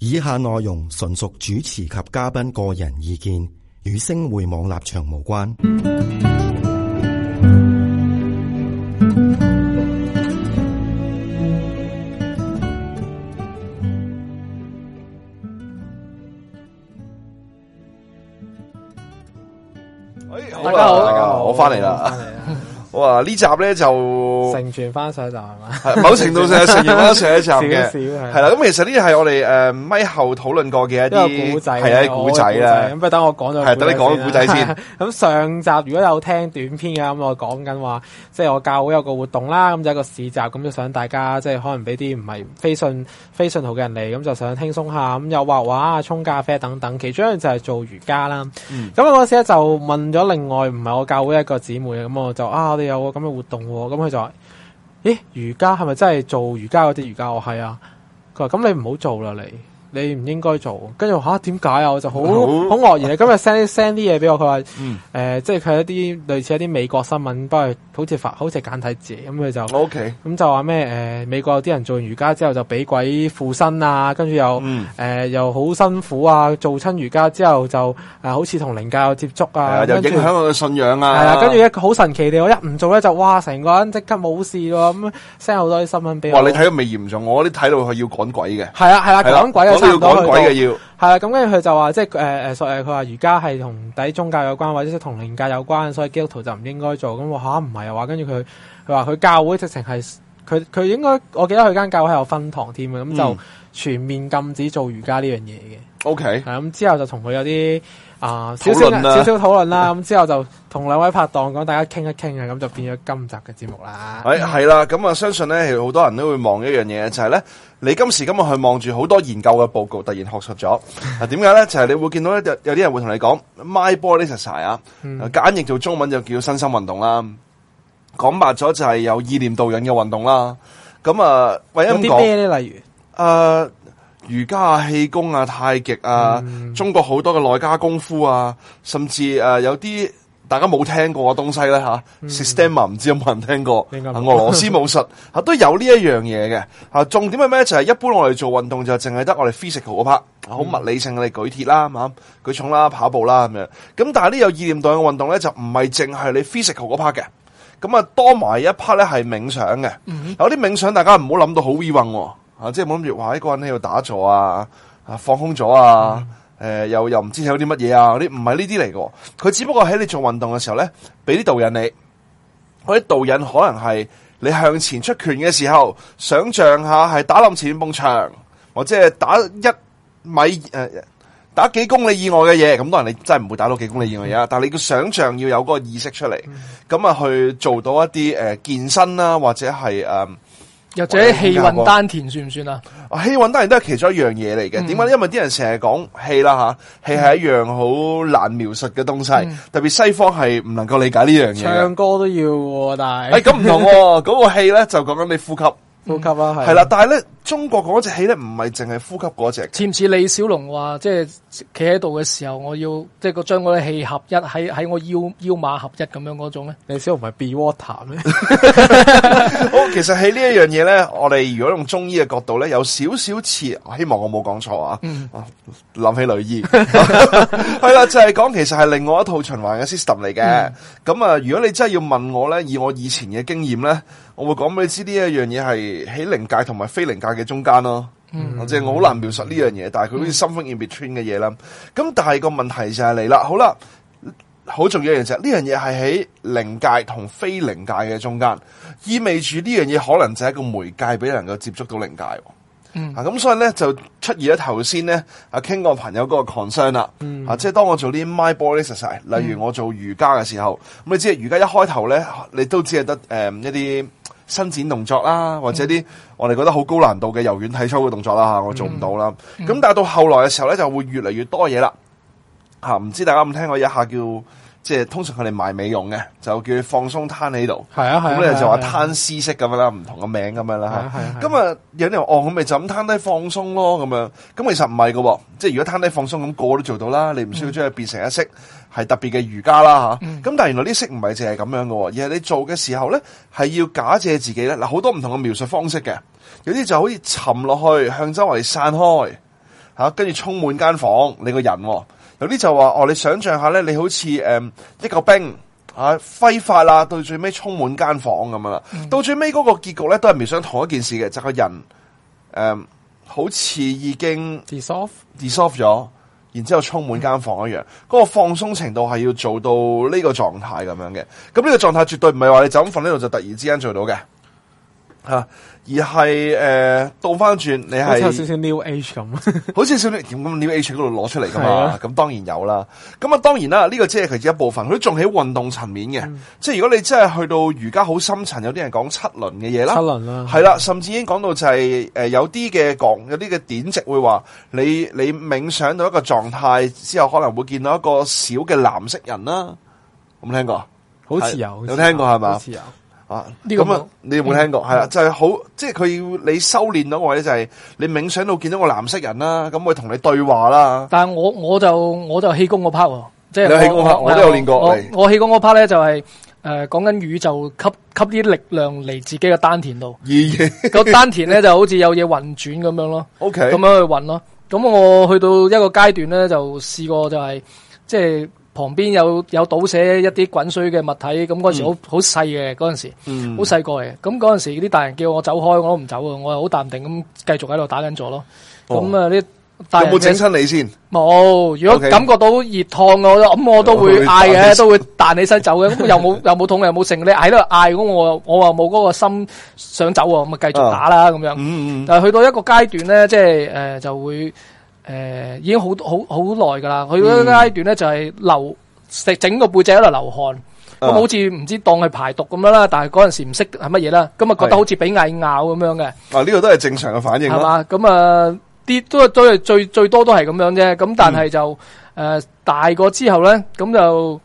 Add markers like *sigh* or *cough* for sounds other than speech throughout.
以下內容純屬主持及嘉賓個人意見，與星匯網立場無關。哎好大家好啊大家好，我翻嚟啦。 *laughs* 哇，呢集咧就成全翻上集係 *laughs* 嘛？係 *laughs* 某程度上係承認翻上一集嘅，少少係係啦。咁其實呢啲係我哋诶咪後討論過嘅一一個啲古仔，哦係啊啲我古仔咁啦。不如等我講咗，係等你講個古仔先。 *laughs* 咁上集如果有聽短篇嘅，咁我講緊話，即係我教會有個活動啦，咁就一個市集，咁就想大家即係可能俾啲唔係非信非信徒嘅人嚟，咁就想輕鬆下，咁又畫畫啊、沖咖啡等等。其中一樣就係做瑜伽啦。咁我嗰時咧就問咗另外唔係我教會一個姊妹，咁我就啊，我哋有個咁嘅活動喎，咁佢就話：咦，瑜伽係咪真係做瑜伽嗰啲瑜伽？我係啊。佢話：咁你唔好做啦，你你唔應該做。跟住我吓點解啊？我就好好愕然。你今日 send send 啲嘢俾我，佢話嗯誒，即係佢一啲類似一啲美國新聞，不過好似發好似簡體字，咁佢就。 O K，咁就話咩？誒、美國有啲人做完瑜伽之後就俾鬼附身啊，跟住又誒、嗯呃又好辛苦啊，做親瑜伽之後就誒、呃好似同靈界有接觸係啊，啊，又跟住影響佢嘅信仰係啊。啦，跟住一個好神奇地，我一唔做咧就哇，成個人即刻冇事咯，咁 send 好多啲新聞俾哇，我。你睇到未嚴重？我啲睇到佢要趕鬼嘅，係啦係啦，係啦講鬼啊，講到差要唔多去趕到鬼嘅要。係啦，咁跟住佢就話即係誒誒，所誒佢話瑜伽係同底宗教有關，或者係同靈界有關，所以基督徒就唔應該做。咁我吓唔係啊話，跟住佢佢話佢教會直情係佢佢應該，我記得佢間教會係有分堂添嘅，咁就嗯全面禁止做瑜伽呢樣嘢嘅。 O K， *laughs* 係咁之後就同佢有啲啊少討少論啦少少討論啦，咁之後就同兩位拍檔講，大家傾一傾啊，咁就變咗今集嘅節目啦。係係啦。咁啊，相信咧，好多人都會望一樣嘢，就係咧，你今時今日去望住好多研究嘅報告，突然學術 *laughs* 咗。嗱，點解咧？就係你會見到咧，有有啲人會同你講 my body exercise 啊。嗯簡譯做中文就叫身心運動啦。講白咗就係有意念導引嘅運動啦。咁啊，為有咁啲講，誒、咩咧？例瑜伽啊、氣功啊、太極啊，嗯中國好多嘅內家功夫啊，甚至誒、呃有啲大家冇聽過嘅東西咧嚇、Systema 唔知有冇人聽過？嗯應該冇啊俄羅斯武 *laughs* 術啊都有呢一樣嘢嘅。啊，重點係咩？就係、一般我哋做運動就淨係得我哋 physical 嗰 part，好嗯物理性嘅，你舉鐵啦、嚇舉重啦、跑步啦咁樣。咁但係呢有意念導嘅運動咧，就唔係淨係你 physical 嗰 part 嘅。咁啊，多埋一 part 咧係冥想嘅。嗯有啲冥想大家唔好諗到好 we 運喎，啊，即係冇諗住哇一個人喺度打坐啊，啊放空咗啊。誒、又又唔知有啲乜嘢啊！嗰啲唔係呢啲嚟嘅，佢只不過喺你做運動嘅時候咧，俾啲導引你，嗰啲導引可能係你向前出拳嘅時候，想象下係打冧前面埲牆，或者係打一米诶、呃打幾公里以外嘅嘢。咁當然你真係唔會打到幾公里以外嘅嘢嗯啦，但係你嘅想像要有嗰個意識出嚟，咁啊、去做到一啲诶、呃健身啦，或者係诶。呃又或者氣運丹田算唔算啊？嗯啊氣運當然都係其中一樣嘢嚟嘅，點解呢？因為啲人成日講氣啦吓，氣係一樣好難描述嘅東西，嗯特別西方係唔能夠理解呢樣如嘢嘅。唱歌都要喎，但誒係哎咁唔同喎，嗰個氣咧就講緊你呼吸。呼吸啦，係系啦，，但系咧，中國嗰只戲咧唔係淨係呼吸嗰只，似唔似李小龍話，即係企喺度嘅時候，我要即係個將嗰啲氣合一喺喺我腰腰馬合一咁樣嗰種咧？你小唔係 be water 咩？ *laughs* 好，其實戲呢一樣嘢咧，我哋如果用中醫嘅角度咧，有少少似，希望我冇講錯啊。啊諗起女醫， *laughs* 係啦，就係講其實係另外一套循環嘅 system 嚟嘅。咁啊，如果你真係要問我咧，以我以前嘅經驗咧，我會講俾你知呢一樣嘢係喺靈界同埋非靈界嘅中間咯。即係我好難描述呢樣嘢，但係佢好似 something in between 嘅嘢啦。咁但係個問題就係嚟啦，好啦。好重要一樣就係呢樣嘢係喺靈界同非靈界嘅中間，意味住呢樣嘢可能就係一個媒介俾人能夠接觸到靈界喎。嗯啊，咁所以咧就出現咗頭先咧，啊傾個朋友嗰個 concern 啦，啊，即係當我做啲 my body exercise，例如我做瑜伽嘅時候，咁、你知瑜伽一開頭咧，你都只係得誒一啲伸展動作啦，或者啲我哋覺得好高難度嘅柔軟體操嘅動作啦嚇，我做唔到啦。咁、但係到後來嘅時候咧，就會越嚟越多嘢啦。嚇、唔知大家有冇聽過一下叫即係通常佢哋賣美容嘅，就叫你放鬆攤喺度。係啊係 *laughs* 啊，咁你就話係啊攤屍式咁樣啦，唔同嘅名咁樣係啊啦係啊嚇。咁啊，有啲人話哦，咁咪就咁攤低放鬆咯咁樣。咁其實唔係嘅喎，即係如果攤低放鬆咁，個個都做到啦。你唔需要將佢變成一式係特別嘅瑜伽啦嚇。嗯咁但係原來呢式唔係淨係咁樣嘅喎，而係你做嘅時候咧係要假借自己咧嗱好多唔同嘅描述方式嘅，有啲就好似沉落去向周圍散開。吓，跟住充滿間房，你個人、喎。有啲就話哦，你想象下咧，你好似诶、嗯一嚿冰。啊，揮發啦，到最尾充滿間房咁樣啦，到最尾嗰個結局咧，都係描想同一件事嘅，就個、人诶、嗯好似已經 dissolve dissolve 咗，然之後充滿間房一樣，嗰、個放鬆程度係要做到呢個狀態咁樣嘅。咁呢個狀態絕對唔係話你就咁瞓呢度就突然之間做到嘅，吓、而係诶、呃倒翻轉你好似有係少。少 new age 咁，好似少女點咁 New Age 嗰度攞出嚟噶係嘛啊？咁當然有啦。咁啊當然啦，呢、個只係佢一部分，佢都仲喺運動層面嘅。嗯即係如果你真係去到瑜伽好深層，有啲人講七輪嘅嘢啦，七輪啦係啦，甚至已經講到就係呃有啲嘅講，有啲嘅典籍會話你你冥想到一個狀態之後，可能會見到一個小嘅藍色人啦。有冇聽過？好係似有有聽過係嘛好似有，啊，呢個咁啊冇，你有冇聽嗯過？係啦，就係好，即係佢要你修練到個位就係你冥想到見到個藍色人啦，咁佢同你對話啦。但系我我就我就氣功嗰 part 喎，即係你有我氣功嗰 part，我都有練過我係我氣功嗰 part 咧就係诶讲紧宇宙吸吸啲力量嚟自己嘅丹田度，咦個丹田咧就好似有嘢運轉咁樣 *laughs* 咯， ，O K，咁啊樣去運咯。咁我去到一個階段咧，就試過就係即係旁邊有有倒瀉一啲滾水嘅物體，咁嗰陣時好嗯好細嘅嗰陣時，好細個嘅。咁嗰陣時啲大人叫我走開，我都唔走啊，我係好淡定咁繼續喺度打緊坐咯。咁哦啊啲大有人冇整嘅親你先？冇，如果 OK 感覺到熱燙嘅，我都咁我都 *laughs* 會嗌我會彈起身嘅，都會彈起身走嘅。咁又冇 *laughs* 又冇痛又冇剩，你喺度嗌，咁我我話冇嗰個心想走喎，咁咪哦繼續打啦咁樣。嗯嗯但係去到一個階段咧，即係誒就會誒已經好好好耐㗎啦。去嗯到一個階段咧，就係流食整個背脊喺度流汗。咁啊好似唔知當係排毒咁樣啦，但係嗰陣時唔識係乜嘢啦，咁啊覺係得好似俾蟻咬咁樣嗯，嘅。啊呢個都係正常嘅反應係啦。嘛？咁啊，啲都都係最最多都係咁樣啫。咁嗯但係就誒、呃大個之後咧，咁就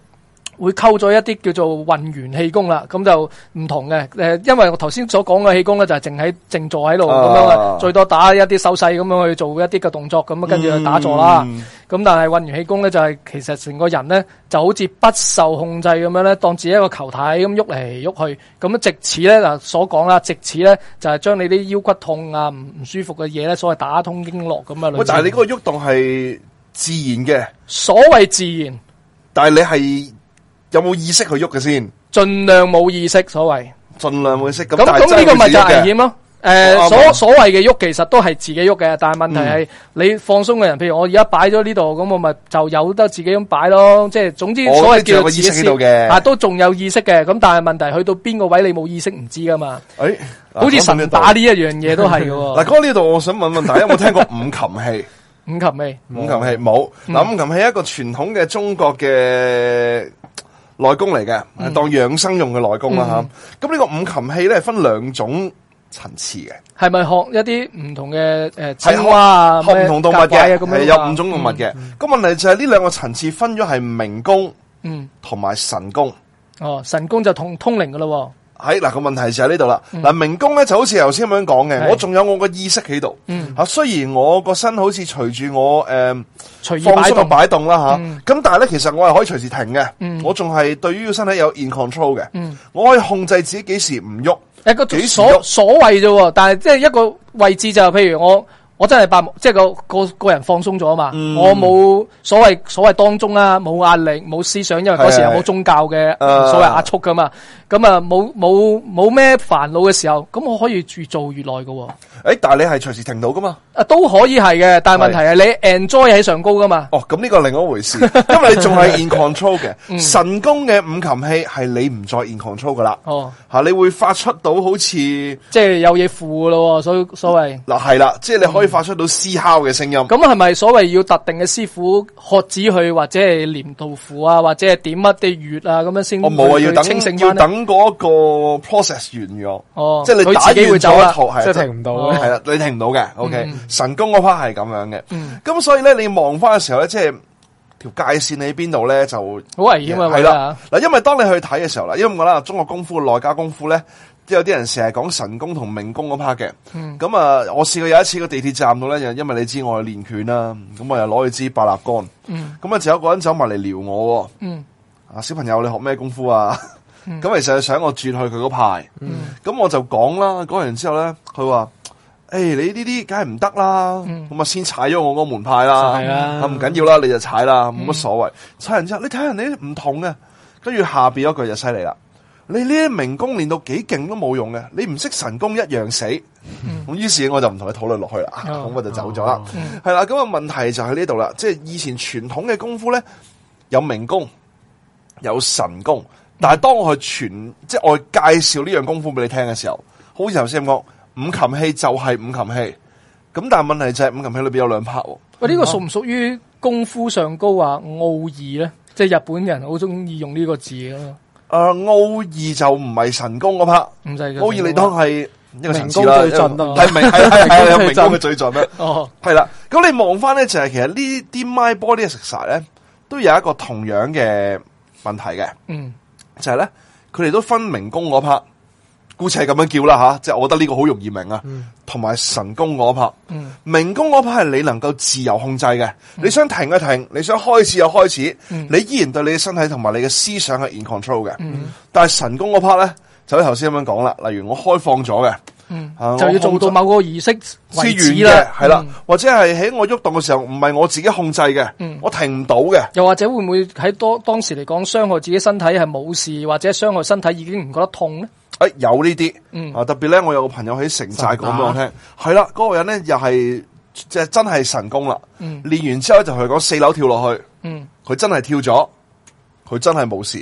會溝咗一啲叫做混元氣功啦。咁就唔同嘅誒、呃因為我頭先所講嘅氣功咧，就係淨喺靜坐喺度啊咁樣啊，最多打一啲手勢咁樣去做一啲嘅動作，咁啊跟住去打坐啦。嗯咁但係混元氣功咧，就係、其實成個人咧就好似不受控制咁樣咧，當自己一個球體咁喐嚟喐去，咁啊直此咧嗱所講啦，直此咧就係、將你啲腰骨痛啊、唔唔舒服嘅嘢咧，所謂打通經絡咁啊。類喂似，但係你嗰個喐動係自然嘅，所謂自然，但係你係有冇意識去喐嘅先？盡量冇意識所謂。盡量會識咁。咁咁呢個個咪就係危險咯。誒、哦啱啊嗯所所謂嘅喐其實都係自己喐嘅，但係問題係你放鬆嘅人，譬如我而家擺咗呢度，咁我咪就有得自己咁擺咯。即係總之哦所謂即係仲有叫個做意自識己喺度嘅啊都仲有意識嘅。咁但係問題去到邊個位你冇意識唔知噶嘛？誒，好似神打呢一樣嘢都係嘅嗱，喎。講到呢度我想問問大家有冇聽過五禽 *laughs* 戲？五禽未？五禽戲冇，嗯嗱五禽戲係一個傳統嘅中國嘅內功嚟嘅，嗯係當養生用嘅內功啦吓。咁呢個五禽戲咧分兩種層次嘅，係咪學一啲唔同嘅誒係青蛙啊、學唔同動物咩甲嘅，怪啊咁樣係啊有五種動物。嘅。個問題就係呢兩個層次分咗係明功嗯，同埋神功。哦，神功就同通靈嘅咯喺嗱個問題就喺呢度啦。嗱，明功咧就好似頭先咁樣講嘅，嗯係嗯我仲有我個意識喺度。嚇，雖然我個身好似隨住我誒喎，隨意放擺鬆嘅動。擺動啦嗯嚇，咁但係咧其實我係可以隨時停嘅，嗯我仲係對於個身體有 in control 嘅嗯，我可以控制自己幾時唔喐。一個幾時所喐所謂啫喎，但係即係一個位置就係譬如我我真係百無即係個個個人放鬆咗啊嘛，嗯我冇所謂所謂當中啊，冇壓力冇思想，因為嗰時係有係冇宗教嘅啊所謂壓束噶嘛，咁啊冇冇冇咩煩惱嘅時候，咁我可以越做越耐嘅喎，誒，但係你係隨時停到噶嘛？啊都可以係嘅，但係問題係你 enjoy 喺上高噶嘛，哦，咁呢個另外一回 *laughs* 事，因為你仲係 in control 嗯嘅。神功嘅五禽戲係你唔再 in control 噶啦，哦，嚇你會發出到好似。即係有嘢負嘅咯喎，所以所謂。嗱係啦，即係你可以發出到嘶哮嘅聲音。咁係咪所謂要特定嘅師傅喝止佢，或者係念道符啊，或者係點乜啲穴啊，咁樣先？我冇啊，去要等清醒要翻呢等嗰個 process 完咗，哦即係你打佢自己完會走咗一啦套，啊係即係係停唔到哦嘅。係啦，你停唔到嘅。OK，、嗯神功嗰 part 係咁樣嘅。咁、所以咧，你望翻嘅時候咧，即係條界線喺邊度咧，就好危險啊！係係啦啦，。嗱，因為當你去睇嘅時候啦，因為我啦，中國功夫內家功夫咧，都有啲人成日講神功同明功嗰 part 嘅。嗯咁啊、我試過有一次個地鐵站度咧，就因為你知我係練拳啦，咁我又攞去支白蠟杆。咁啊，就有個人走埋嚟撩我喎。嗯啊，小朋友你學咩功夫啊？咁、其實係想我轉去佢嗰派。咁、我就講啦，講完之後咧，佢話：誒、诶、你呢啲梗係唔得啦，嗯咁啊先踩咗我嗰個門派啦，就係啦啊唔緊要啦，你就踩啦，冇乜所謂。踩完之後，你睇下人哋唔同嘅，跟住下边嗰句就犀利啦。你呢啲明功練到幾勁都冇用嘅，你唔識神功一樣死。咁於是我就唔同佢討論落去啦，咁、嗯哦我就走咗啦。係啦、咁啊問題就喺呢度啦，即係以前傳統嘅功夫咧，有明功，有神功，但係當我去傳，即係我去介紹呢樣功夫俾你聽嘅時候，好似頭先咁講，五禽戲就係五禽戲。咁但係問題就係五禽戲裏边有兩 part 喎。喂，呢個屬唔屬於功夫上高啊奧義咧？即係日本人好中意用呢個字咯，诶、啊奧義就唔係神功嗰 part，唔使嘅。奧義你當係一個層次明啦，功最盡啊係明係係係有明功最明盡功嘅最盡啦。哦，係啦，咁你望翻咧就係其實呢啲 my body 嘅食晒咧，都有一個同樣嘅問題嘅，嗯，就係咧佢哋都分明功嗰 part，姑且係咁樣叫啦吓，即係我覺得呢個好容易明啊，同埋神功嗰 part。嗯，明功嗰 part 係你能夠自由控制嘅，你想停就停，你想開始就開始，嗯你依然對你嘅身體同埋你嘅思想係 in control 嘅。但係神功嗰 part 咧，就好似頭先咁樣講啦，例如我開放咗嘅，嗯啊就要做到某個儀式先為止完啦，嘅，係啦嗯，或者係喺我喐動嘅時候，唔係我自己控制嘅嗯，我停唔到嘅。又或者會唔會喺當當時嚟講傷害自己身體係冇事，或者傷害身體已經唔覺得痛咧？诶、哎有呢啲，嗯啊特別咧，我有個朋友喺城寨講俾我聽，係啦，嗰、個人咧又係即係真係神功啦，嗯練完之後就同佢講四樓跳落去，嗯，佢真係跳咗，佢真係冇事。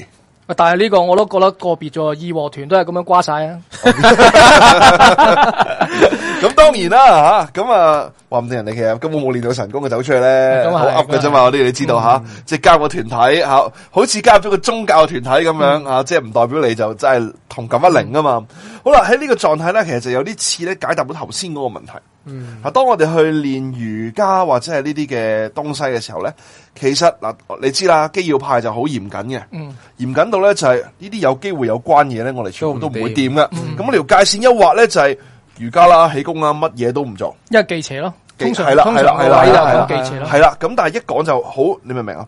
喂但係呢個我都覺得個別咗，義和團都係咁樣瓜晒啊！ *laughs* 咁當然啦吓，咁啊話唔定人哋其實根本冇練到神功嘅走出去咧，咁啊嗯好係噏嘅啫嘛，嗰啲你知道吓，即係加入個團體吓，好似加入咗個宗教團體咁嗯樣啊，即係唔代表你就真係同感一靈啊嘛。好啦，喺呢個狀態咧，其實就有啲似咧解答到頭先嗰個問題。嗯，啊，當我哋去練瑜伽或者係呢啲嘅東西嘅時候咧，其實嗱，你知啦，基要派就好嚴謹嘅，嗯嚴謹到咧就係呢啲有機會有關嘢咧，我哋全部都都唔唔會掂嘅。咁我條界線一劃咧就係瑜伽啦、氣功啦，乜嘢都唔做，因為記者咯，記通常係啦通係啦常個係啦位就係啦講記者咯。係啦。咁但係一講就好，你明唔明啊？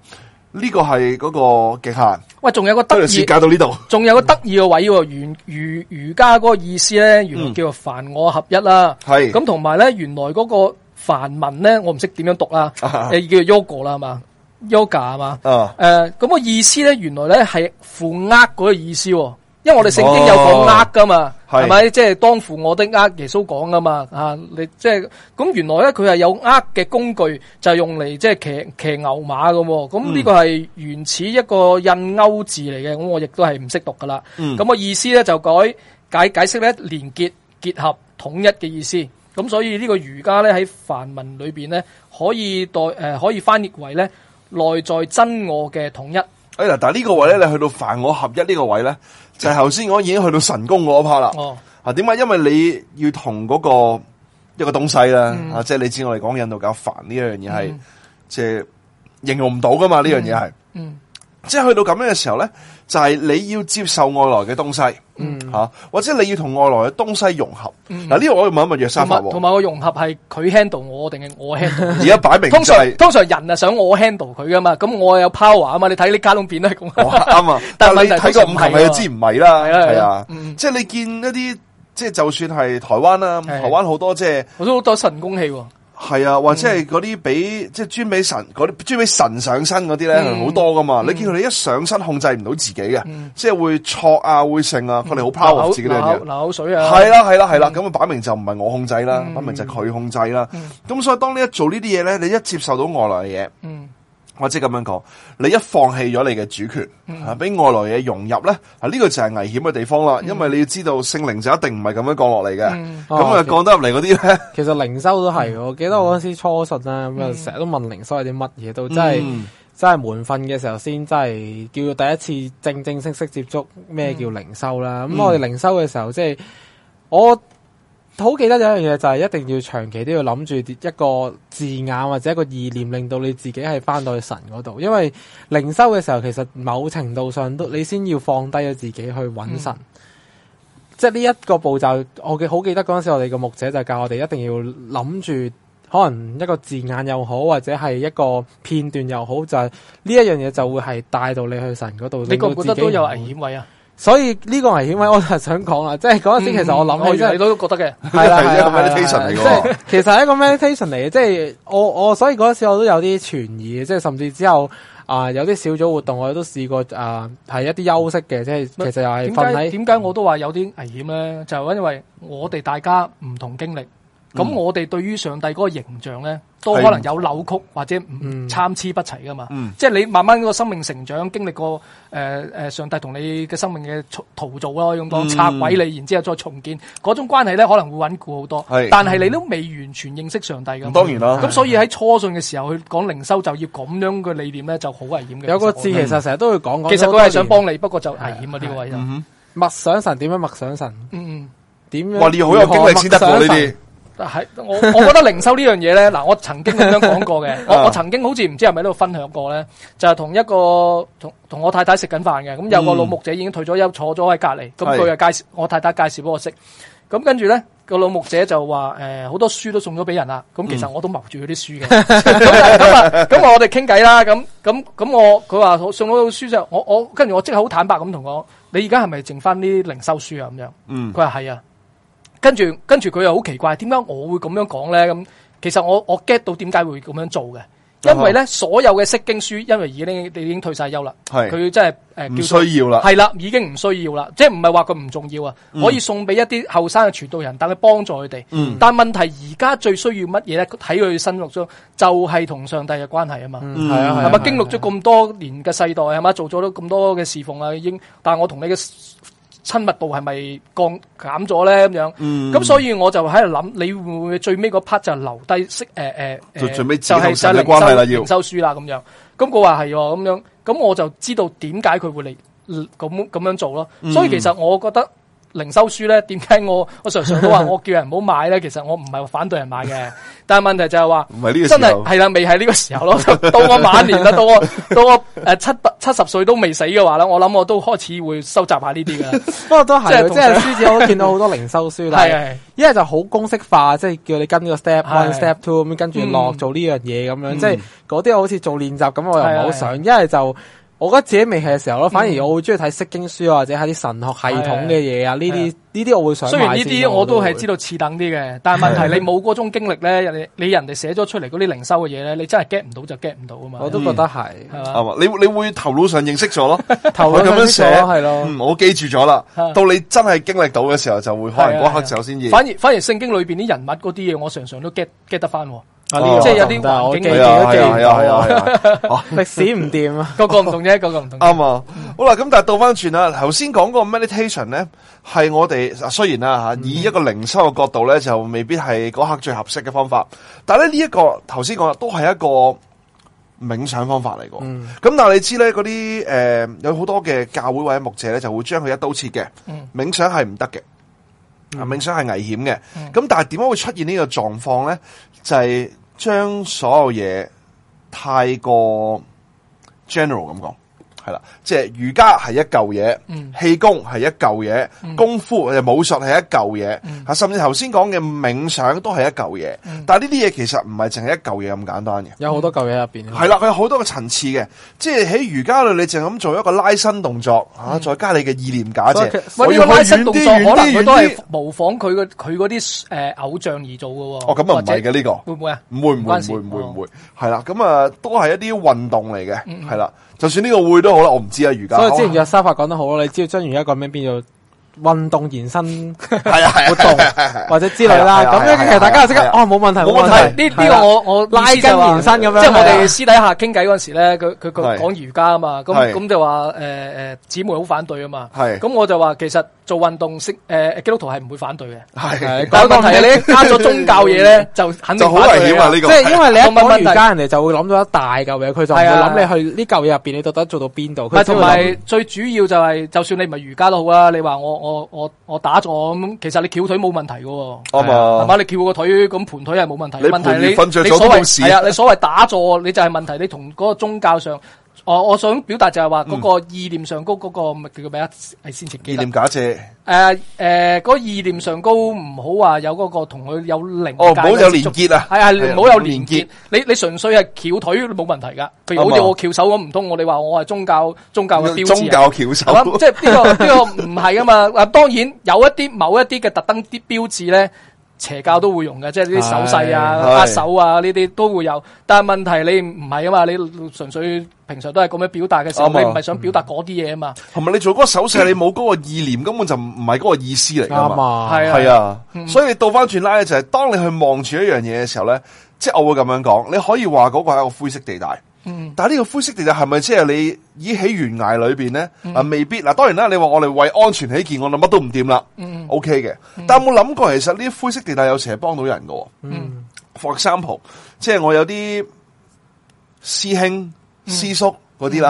呢個係嗰個極限，喂，仲有個將得條意線。解到呢度。仲有個得意嘅位喎，原瑜瑜伽嗰個意思咧，原來嗯叫做凡我合一啦。係咁同埋咧，原來嗰個梵文咧，我唔識點樣讀啦， *laughs* 啊誒叫做 yoga 啦係嘛，yoga 係嘛。啊，誒呃咁個意思咧，原來咧係負呃嗰個意思喎。因為我哋聖經有講哦呃噶嘛，係係咪？即係當負我的呃，耶穌講噶嘛，啊，你即係咁原來咧，佢係有呃嘅工具，就係用嚟即係騎騎牛馬嘅喎。咁呢個係原始一個印歐字嚟嘅，咁我亦都係唔識讀噶啦。嗯咁個意思咧就改解解釋咧連結結合統一嘅意思。咁所以呢個儒家咧喺梵文裏邊咧可以代誒、呃可以翻譯為咧內在真我嘅統一。哎嗱，但係呢個位咧，你去到凡我合一呢個位咧，就係頭先我已經去到神功嗰一 part 啦。哦，啊，點解？因為你要同嗰、個一個東西啦，嗯啊，即係你知我哋講印度教梵呢樣嘢係即係形容唔到噶嘛，呢樣嘢係，嗯，即係去到咁樣嘅時候咧，就係、你要接受外來嘅東西，嗯，嚇、或者你要同外來嘅東西融合。嗱、呢、個我要問一問約沙同法埋嗯同喎，埋個融合係佢 handle 我定係我 handle 而家擺 *laughs* 明就通常係 *laughs* 通常人啊想我 handle 佢噶嘛，咁我有 power 啊嘛，你睇啲卡通片都係咁。我啱啊，但係但係你問題睇過五禽戲就知唔係啦，係啦係係啦啊，嗯即係你見一啲即係就算係台灣啦，係台灣好多即係。 *laughs* 我都好多神功戲喎，系啊，或者嗯係嗰啲俾即係專俾神嗰啲專俾神上身嗰啲咧，嗯係好多噶嘛。你見佢哋一上身控制唔到自己嘅，即係會錯啊，會剩嗯啊，佢哋好 power 流自己呢樣流嘢。流口水啊，係啦，係啦，係啦，咁啊，擺明就唔係我控制啦，嗯擺明就係佢控制啦。咁所以當你一做呢啲嘢咧，你一接受到外來嘅嘢，嗯或者咁樣講，你一放棄咗你嘅主嗯權，啊，俾外來嘢融入咧，啊，呢個就係危險嘅地方啦。因為你要知道聖靈就一定唔係咁樣降落嚟嘅，嗯咁啊哦降得入嚟嗰啲咧。其實靈修都係，我記得我嗰陣時初信啦，咁啊成日都問靈修係啲乜嘢，到真係嗯真係門訓嘅時候先真係叫做第一次正正式式接觸咩叫靈修啦。咁我哋靈修嘅時候，即係我好記得有一樣嘢就係一定要長期都要諗住一個字眼或者一個意念，令到你自己係翻到去神嗰度。因為靈修嘅時候，其實某程度上都你先要放低咗自己去揾神。即係呢一個步驟，我記好記得嗰陣時，我哋個牧者就教我哋一定要諗住，可能一個字眼又好，或者係一個片段又好，就係呢一樣嘢就會係帶到你去神嗰度。你覺唔令覺得到自己都有唔危險位啊？所以呢個危險位我就係想講啦，即係嗰陣時其實我諗嗯我起原真來係你都覺得嘅，係啦，係一個係啦 meditation 嚟嘅喎即係其實係一個 meditation 嚟嘅，即係我我所以嗰陣時我都有啲存疑，即係甚至之後啊、有啲小組活動我都試過啊係、一啲休息嘅，即係咪其實又係點瞓解喺點解我都話有啲危險咧？就係因為我哋大家唔同經歷，咁、我哋對於上帝嗰個形象咧，都可能有扭曲或者唔嗯參差不齊噶嘛。嗯即係你慢慢嗰個生命成長，經歷過誒誒、呃上帝同你嘅生命嘅重陶造咯，咁講拆毀你，然之後再重建嗰種關係咧，可能會穩固好多係。但係你都未完全認識上帝㗎嘛。當然啦咁所以喺初信嘅時候去講靈修就要咁樣嘅理念咧，就好危險嘅。有個字其實其實成日都會講講，我其實佢係想幫幫你，不過就危險啊呢個位就。默想神點樣默想神，嗯，點樣 Vâng. 哇！你要好有經歷先得喎呢啲如何默想神。，系我我覺得靈修呢樣嘢咧，嗱，我曾經咁樣講過嘅，*laughs* 我啊我曾經好似唔知係咪喺度分享過咧，就係、同一個同同我太太食緊飯嘅，咁有個老牧者已經退咗休，坐咗喺隔離，嗯咁係佢又介紹我太太介紹俾我識，咁跟住咧。個老牧者就話：誒、好多書都送咗俾人啦，咁其嗯實我都謀住佢啲書嘅。 *laughs* 咁啊咁啊，咁我哋傾偈啦，咁咁咁我佢話我送咗書之後，我我跟住我即刻好坦白咁同我，你而家係咪剩翻啲靈修書啊咁樣？嗯佢話係啊，跟住跟住佢又好奇怪，點解我會咁樣講咧？咁其實我我 get 到點解會咁樣做嘅，啊因為咧所有嘅釋經書，因為已經你已經退晒休啦，係佢真係唔誒叫做。需要啦。係啦，已經唔需要啦，即係唔係話佢唔重要啊，可以送俾一啲後生嘅傳道人，等佢幫助佢哋。嗯但問題而家最需要乜嘢咧？睇佢生活中就係、同上帝嘅關係啊嘛。嗯係啊係啊係係咪啊經歷咗咁多年嘅世代係咪做咗咁多嘅侍奉啊？已經，但係我同你嘅親密度係咪降減咗咧？咁樣，咁、所以我就喺度諗，你會唔會最尾嗰 part 就留低識誒誒就誒，最尾自就己同係就神係嘅靈關係啦修要靈修書啦咁樣。咁佢話係喎咁樣，咁我就知道點解佢會嚟嗯咁咁樣做咯。所以其實我覺得。靈修書咧，點解我我常常都 *laughs* 話我叫人唔好買咧？其實我唔係話反對人買嘅，但係問題就係話唔係呢個時候真係係啦，未係呢個時候咯。 *laughs* 到我晚年啦，到我到我誒七百七十歲都未死嘅話咧，我諗我都開始會收集下呢 *laughs* 啲㗎啦。不過都即係係，同即係書展我都見到好多靈修書 *laughs* 啦，係係一係就好公式化，即係叫你跟個 step 係啊 one、step two 咁，跟住落嗯嗯做呢樣嘢咁樣，即係嗰啲好似做練習咁，我又唔係係好係想。一係就我覺得自己未係嘅時候咯，反嗯而我會中意睇釋經書啊或者係啲神學系統嘅嘢啊，呢係啲呢啲我會想買先雖咯。然呢啲我都係知道，道次等啲嘅，但係問題你冇嗰種經歷咧，人哋你人哋寫咗出嚟嗰啲靈修嘅嘢咧，你真係 get 唔到就 get 唔到啊嘛。我都覺得係係嘛？啱啊！你你會頭腦上認識咗 *laughs* 咯，頭佢咁腦上樣識寫咗係咯嗯，我記住咗啦啊。到你真係經歷到嘅時候，就會可能係啊嗰刻時候先至。反而反而聖經裏邊啲人物嗰啲嘢，我常常都 get get 得 *laughs* 翻，即啊呢個係就有啲唔得我環境記係嘅啊記係都啊記唔係啊係到啊啊係啊。歷史唔掂啊。個個唔同啫，個個唔同啫。啱啊！好啦，咁但係倒翻轉啦，頭先講嗰個 meditation 咧，係我哋啊雖然啦吓，以一個靈修嘅角度咧，就未必係嗰刻最合適嘅方法，但係咧呢一個頭先講啊啦，都係一個冥想方法嚟嘅。咁、但係你知咧，嗰啲诶有好多嘅教會或者牧者咧，就會將佢一刀切嘅，嗯冥想係唔得嘅。啊，冥想係危險嘅，咁、但係點解會出現呢個狀況咧？就係將所有嘢太過 general 咁講，係啦，即係瑜伽係一嚿嘢，嗯氣功係一嚿嘢，功夫誒武術係一嚿嘢，嗯啊甚至頭先講嘅冥想都係一嚿嘢，但係呢啲嘢其實唔係淨係一嚿嘢咁簡單嘅。有好多舊嘢入邊，係啦，啊佢有好多個層次嘅，即係喺瑜伽裏，你淨係咁做一個拉伸動作吓、嗯啊再加你嘅意念假所以設，其喂，我呢要個去拉遠啲、伸動作遠可能啲、遠佢都係啲。模仿佢嘅佢嗰啲誒偶像而做嘅喎。哦，咁啊唔係或者嘅呢個。會唔會啊？唔會唔會關唔事會唔會唔哦嗯會，係啦，咁啊都係一啲運動嚟嘅，係啦，就算呢個會都好啦，我唔知啊，瑜伽，所以之前約沙發講得好咯，你只要將而家個名變做運動延伸。係啊係啊 *laughs* 活動或者之類啦。係啊係啊咁咧，係啊其實大家就即刻係啊哦，冇問題，冇問題問題哎呢係呢啦個我我拉筋延伸咁樣即係我係啊哋私底下傾偈嗰陣時咧，佢係佢佢講瑜伽啊嘛，咁係咁就話誒誒姊妹好反對啊嘛，係咁我就話其實做運動識誒基督徒係唔會反對嘅，係但係問題係你加咗宗教嘢咧，就肯就定好危反對險啊啦呢即個，係因為你一我問講問瑜題伽，人哋就會諗到一大嚿嘢，佢就唔會係啊諗你去呢嚿嘢入邊，你到底做到邊度？唔係佢同埋最主要就係、就算你唔係瑜伽都好啦，你話我我我我打坐咁，其實你翹腿冇問題嘅喎。啱係啊，嘛？你翹個腿咁盤腿係冇問題，你問題盤你住瞓着咗你所都謂冇事係啊，你所謂打坐，你就係問題，你同嗰個宗教上我我想嗯表達就係話嗰個意念上高嗰、個咪叫咩啊？係先前記意得念假借，誒誒嗰個意念上高唔好話有嗰個同佢有靈哦，唔好界嘅有連接觸結啊，係啊，係啊唔好有連連結結。你你純粹係翹腿冇問題㗎。譬如好啱似啊我翹手咁，唔通我哋話我係宗教宗教嘅標誌啊宗教 *laughs* 翹手係，嘛？即係呢個呢個唔係㗎嘛。啊，當然有一啲某一啲嘅特登啲標誌咧，邪教都會用嘅，即係呢啲手勢係啊、握手啊呢啲都會有。但係問題你唔係啊嘛，你純粹平常都係咁樣表達嘅時候，啱啊你唔係想表達嗰啲嘢啊嘛。同埋你做嗰個手勢，你冇嗰個意念，根本就唔唔係嗰個意思嚟噶啱嘛。啊，係係啊，嗯所以你倒翻轉拉咧，就係當你去望住一樣嘢嘅時候咧，即係我會咁樣講，你可以話嗰個係一個灰色地帶。嗯但係呢個灰色地帶係咪即係你已喺懸崖裏邊咧？嗯啊，未必。嗱，當然啦，你話我哋為安全起見，我諗乜都唔掂啦。O 嗯 K 嘅。但係有冇諗過，其實呢啲灰色地帶有時係幫到人嘅。嗯 For example，即係我有啲師兄、嗯師叔嗰啲啦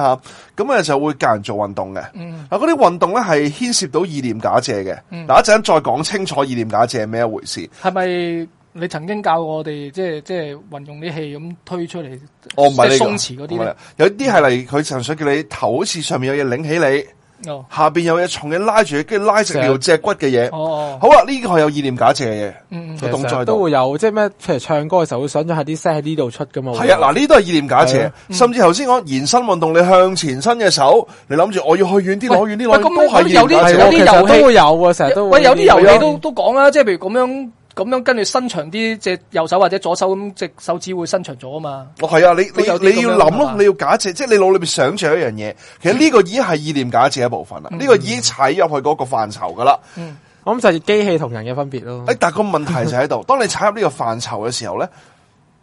吓，咁啊就會教人做運動嘅。啊嗯嗱，嗰啲運動咧係牽涉到意念假借嘅。嗱，一陣再講清楚意念假借係咩一回事。係咪你曾經教過我哋即係即係運用啲氣咁推出嚟？哦我唔係呢個鬆弛嗰啲唔係咧啦，有啲係例如佢純粹叫你頭好似上面有嘢擰起你，哦下邊有嘢重嘅拉住你，跟住拉直條脊骨嘅嘢。哦哦，好啊啦，呢個係有意念假借嘅嘢。嗯嗯其實個動作喺度都會有，即係咩？譬如唱歌嘅時候會想像係啲聲喺呢度出噶嘛。會係啊，嗱呢都係意念假係設啊，甚至頭先講延伸運動，你向前伸嘅手，你諗住我要去遠啲，攞喂遠啲，攞遠喂咁啲都係意念有假係啲設喎有其啲實遊戲都會有嘅，成日都會喂，有啲遊戲係都啊都講啦，即係譬如咁樣咁樣跟住伸長啲隻右手或者左手咁隻手指會伸長咗啊嘛。哦，係啊，你都有啲你你咁樣要諗㗎咯嘛，你要假設，即係你腦裏面想象一樣嘢。其實呢個已經係意念假設一部分啦，嗯呢個已經踩入去嗰個範疇噶啦。哎我諗就係機器同人嘅分別嗯咯。誒，但係個問題就喺 *laughs* 度，當你踩入呢個範疇嘅時候咧，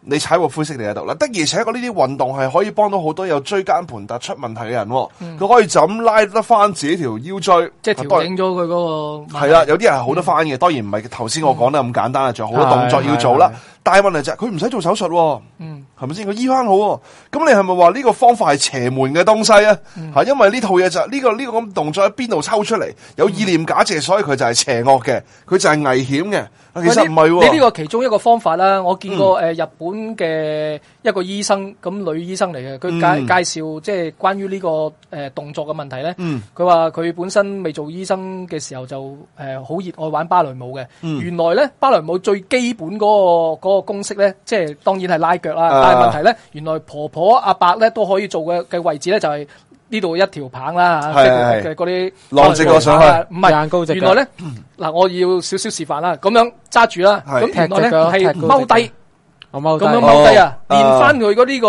你踩個灰色地喺度啦。的而且確呢啲運動係可以幫到好多有椎間盤突出問題嘅人喎，佢、可以就咁拉得翻自己條腰椎，嗯即當係調然整咗佢嗰個啊係啊啦，有啲人係好得翻嗯嘅，當然唔係頭先我講得咁簡單啦，仲有好多動作要做啦係係係。但係問題就係佢唔使做手術喎，嗯係咪先？佢醫翻好喎。咁你係咪話呢個方法係邪門嘅東西啊？嗯係因為呢套嘢就係呢個呢個咁動作喺邊度抽出嚟，有意念假借，所以佢就係邪惡嘅，佢就係危險嘅。啊其實唔係喂你呢喎，嗯個其中一個方法啦，我見過誒、日本嘅一個醫生，咁女醫生嚟嘅，佢介、嗯介紹即係關於呢、個誒、動作嘅問題咧。嗯佢話佢本身未做醫生嘅時候就誒好熱愛玩芭蕾舞嘅。嗯原來咧芭蕾舞最基本嗰、個嗰個公式咧，即係當然係拉腳啦。啊但係問題咧，原來婆婆阿伯咧都可以做嘅嘅位置咧就係、呢度一條棒啦，係即係係嘅嗰啲浪直個上去芭蕾舞棒啦唔係硬高直腳原來咧，嗱我要少少示範啦，咁樣揸住啦，係咁原來咧踢腳係踢高直腳踎低，我踎低咁樣踎低啊，哦練翻佢嗰呢個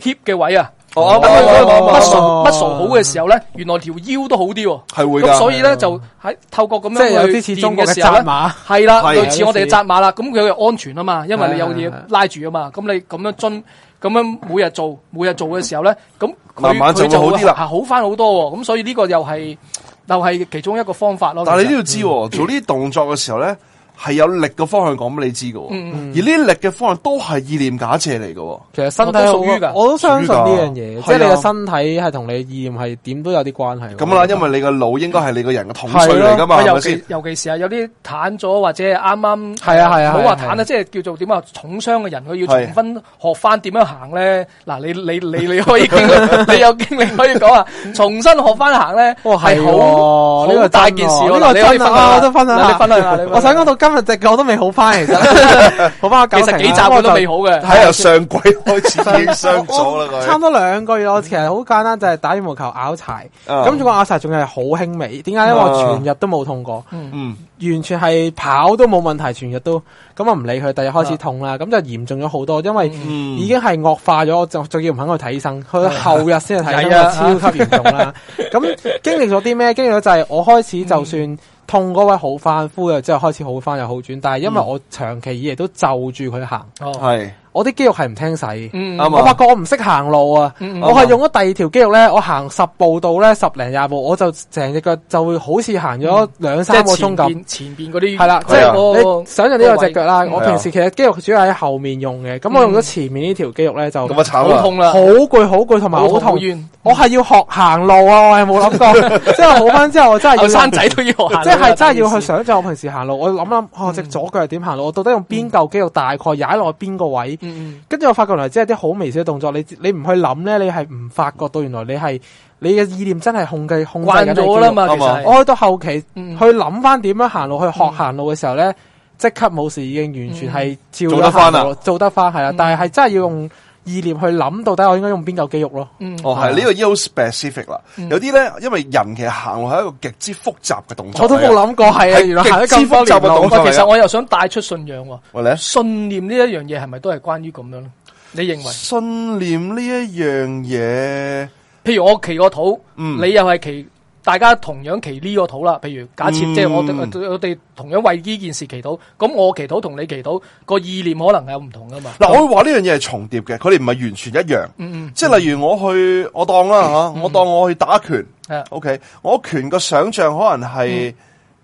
hip 嘅位啊，哦等佢嗰個哦 muscle muscle 好嘅時候咧，原來條腰都好啲喎。係會㗎咁所以咧就喺透過咁樣即係有去啲似中國練嘅嘅時候扎咧，馬，係啦，係類似我有哋嘅啲似扎馬啦，咁佢又安全啊嘛，因為你有係係係嘢拉住啊嘛，咁你咁樣樽，咁樣每日做，每日做嘅時候咧，咁佢慢慢就會佢就好啲啦係好翻好多喎，咁所以呢個又係又係其中一個方法咯。但係你其都實要知喎，做呢啲動作嘅時候咧。係有力嘅方向講俾你知嘅嗯喎，而呢啲力嘅方向都係意念假借嚟嘅喎。其實身體我都屬於㗎好，我都相信呢樣屬於㗎嘢，即係你係啊嘅身體係同你意念係點都有啲關係。咁啦，啊因為你個腦應該係你個人嘅統帥嚟噶嘛，喂係尤咪其先？尤其是係有啲攤咗或者係啱啱係啊係啊唔好係話啊攤係啦，啊即係叫做點啊重傷嘅人，佢要係重新學翻點樣行咧。嗱，你你 *laughs* 你你可以經歷，你有經歷可以講啊，重新學翻行咧，哇哦係好喎呢好個大真件喎事喎。呢個嗱你可以真分啊，我都分享嗱下，你分享下，你分享我想講到今日隻腳都未好翻，其實好翻我九成啊其實啦幾集佢都未我就好嘅，睇由上季開始已經傷咗啦， *laughs* 我差佢唔多兩個月，我其實好簡單，就係打羽毛球拗柴，啊咁仲個拗柴仲係好輕微，點解啊咧？我全日都冇痛過，嗯。完全係跑都冇問題，全日都咁我啊唔理佢，第日開始啊痛啦，咁就嚴重咗好多，因為嗯已經係惡化咗，就仲要唔肯去睇醫生，去到後日先去睇醫啊係啊生，超級嚴重 *laughs* 啦。咁經歷咗啲咩？經歷咗就係我開始嗯就算痛嗰位好翻，敷藥之後開始好翻又好轉，嗯但係因為我長期以嚟都就住佢行，哦，係我啲肌肉係唔聽使。嗯啱我啊發覺我唔識行路啊！嗯我係用咗第二條肌肉咧，我行十步到咧十零廿步，我就成隻腳就會好似行咗兩嗯即三個係鐘前咁。邊前邊嗰啲係啦，即係啊嗰係個你想象呢個隻腳啦嗰。個我位平時其實肌肉主要喺後面用嘅，嗯咁我用咗前面呢條肌肉咧就咁啊慘好啦，痛啦，好攰好攰，同埋好好痛好痛。冤，我係要學行路啊！我係冇諗 *laughs* 過，即係好翻之後，我真係要啊後生仔都啊要學下即係真係要呢件去事想嗯象我平時行路，我諗諗，哦，只左腳係點行路？我到底用邊嚿肌肉大概踩落去邊個位啲。嗯跟住我發覺原來即係啲好微小嘅動作，你你唔去諗咧，你係唔發覺到原來你係你嘅意念真係控制控制緊嗯慣你咗啦嘛，啱其啊我實去哦到後期去嗯諗翻點樣行路，去學嗯行路嘅時候咧，即刻冇事已經完全係照做得返啦啊行路，做得翻係啦嗯。但係係真係要用意念去諗，到底我應該用邊嚿肌肉咯。嗯哦，係呢個已經好 specific 啦。嗯有啲咧，因為人其實行路係一個極之複雜嘅動作嚟嘅。我都冇諗過係啊，係原來行咗咁多極之複雜嘅年動路作。喂，啊其實我又想帶出信仰喎，喂，你啊信念呢一樣嘢係咪都係關於咁樣咧？你認嗯為？信念呢一樣嘢，譬如我祈個土，嗯你又係祈，大家同樣祈呢個土啦。譬如假設嗯即係我哋我哋同樣為呢件事祈禱，咁我祈禱同你祈禱個意念可能係有唔同噶嘛。嗱，我會話呢樣嘢係重疊嘅，佢哋唔係完全一樣。嗯即係例如我去，我當啦吓，我當我去打拳嗯，係，OK，我拳個想象可能嗯係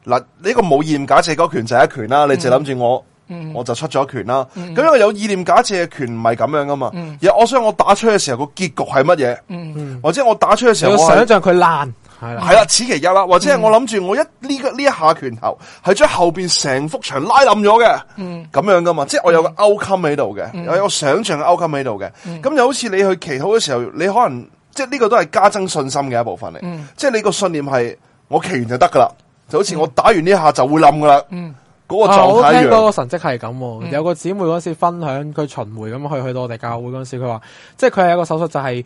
嗱呢個冇意念假設嗰拳就係一拳啦，你就諗住我。嗯我就出咗一拳啦，咁因為有意念假設嘅拳唔係咁樣噶嘛，而我想我打出嘅時候個結局係乜嘢，嗯或者我打出嘅時你候要我係想象佢爛係啦，系啦，此其一啦，或嗯者係我諗住我一呢個呢一下拳頭係將後边成幅牆拉冧咗嘅，嗯咁樣噶嘛，即係我有個 outcome 喺度嘅，我有個想象嘅 outcome 喺度嘅，嗯咁就好似你去祈禱嘅時候，你可能即係呢個都係加增信心嘅一部分嚟，嗯即係你個信念係我祈完就得噶啦，就好似我打完呢一下就會冧噶啦，嗯嗰、個啊狀我態聽一嗰樣，個神跡係咁喎，有個姊妹嗰時分享佢巡迴咁去去到我哋教會嗰陣時，佢話即係佢係一個手術就係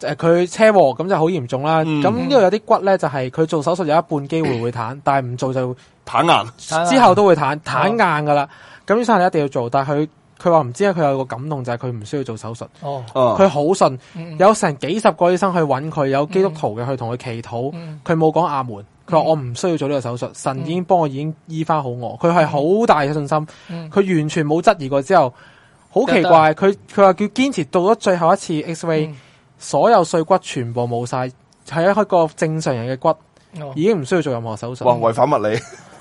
誒佢車禍咁就好嚴重啦。嗯咁呢度有啲骨咧就係佢做手術有一半機會會彈，但係唔做就坦硬，啊之後都會彈彈硬噶哦啦。咁醫生你一定要做，但係佢佢話唔知啊，佢有個感動就係佢唔需要做手術，哦，嗯啊佢好信，有成幾十個醫生去揾佢，有基督徒嘅去同佢祈禱，嗯佢冇講阿門，佢話我唔需要做呢個手術，神已經幫我已經醫翻好我，佢係好大嘅信心，嗯佢完全冇質疑過之後，好奇怪，佢佢話叫堅持到咗最後一次 X-ray，、嗯所有碎骨全部冇晒，係一個正常人嘅骨，哦已經唔需要做任何手術。哇違反物 *laughs* 理，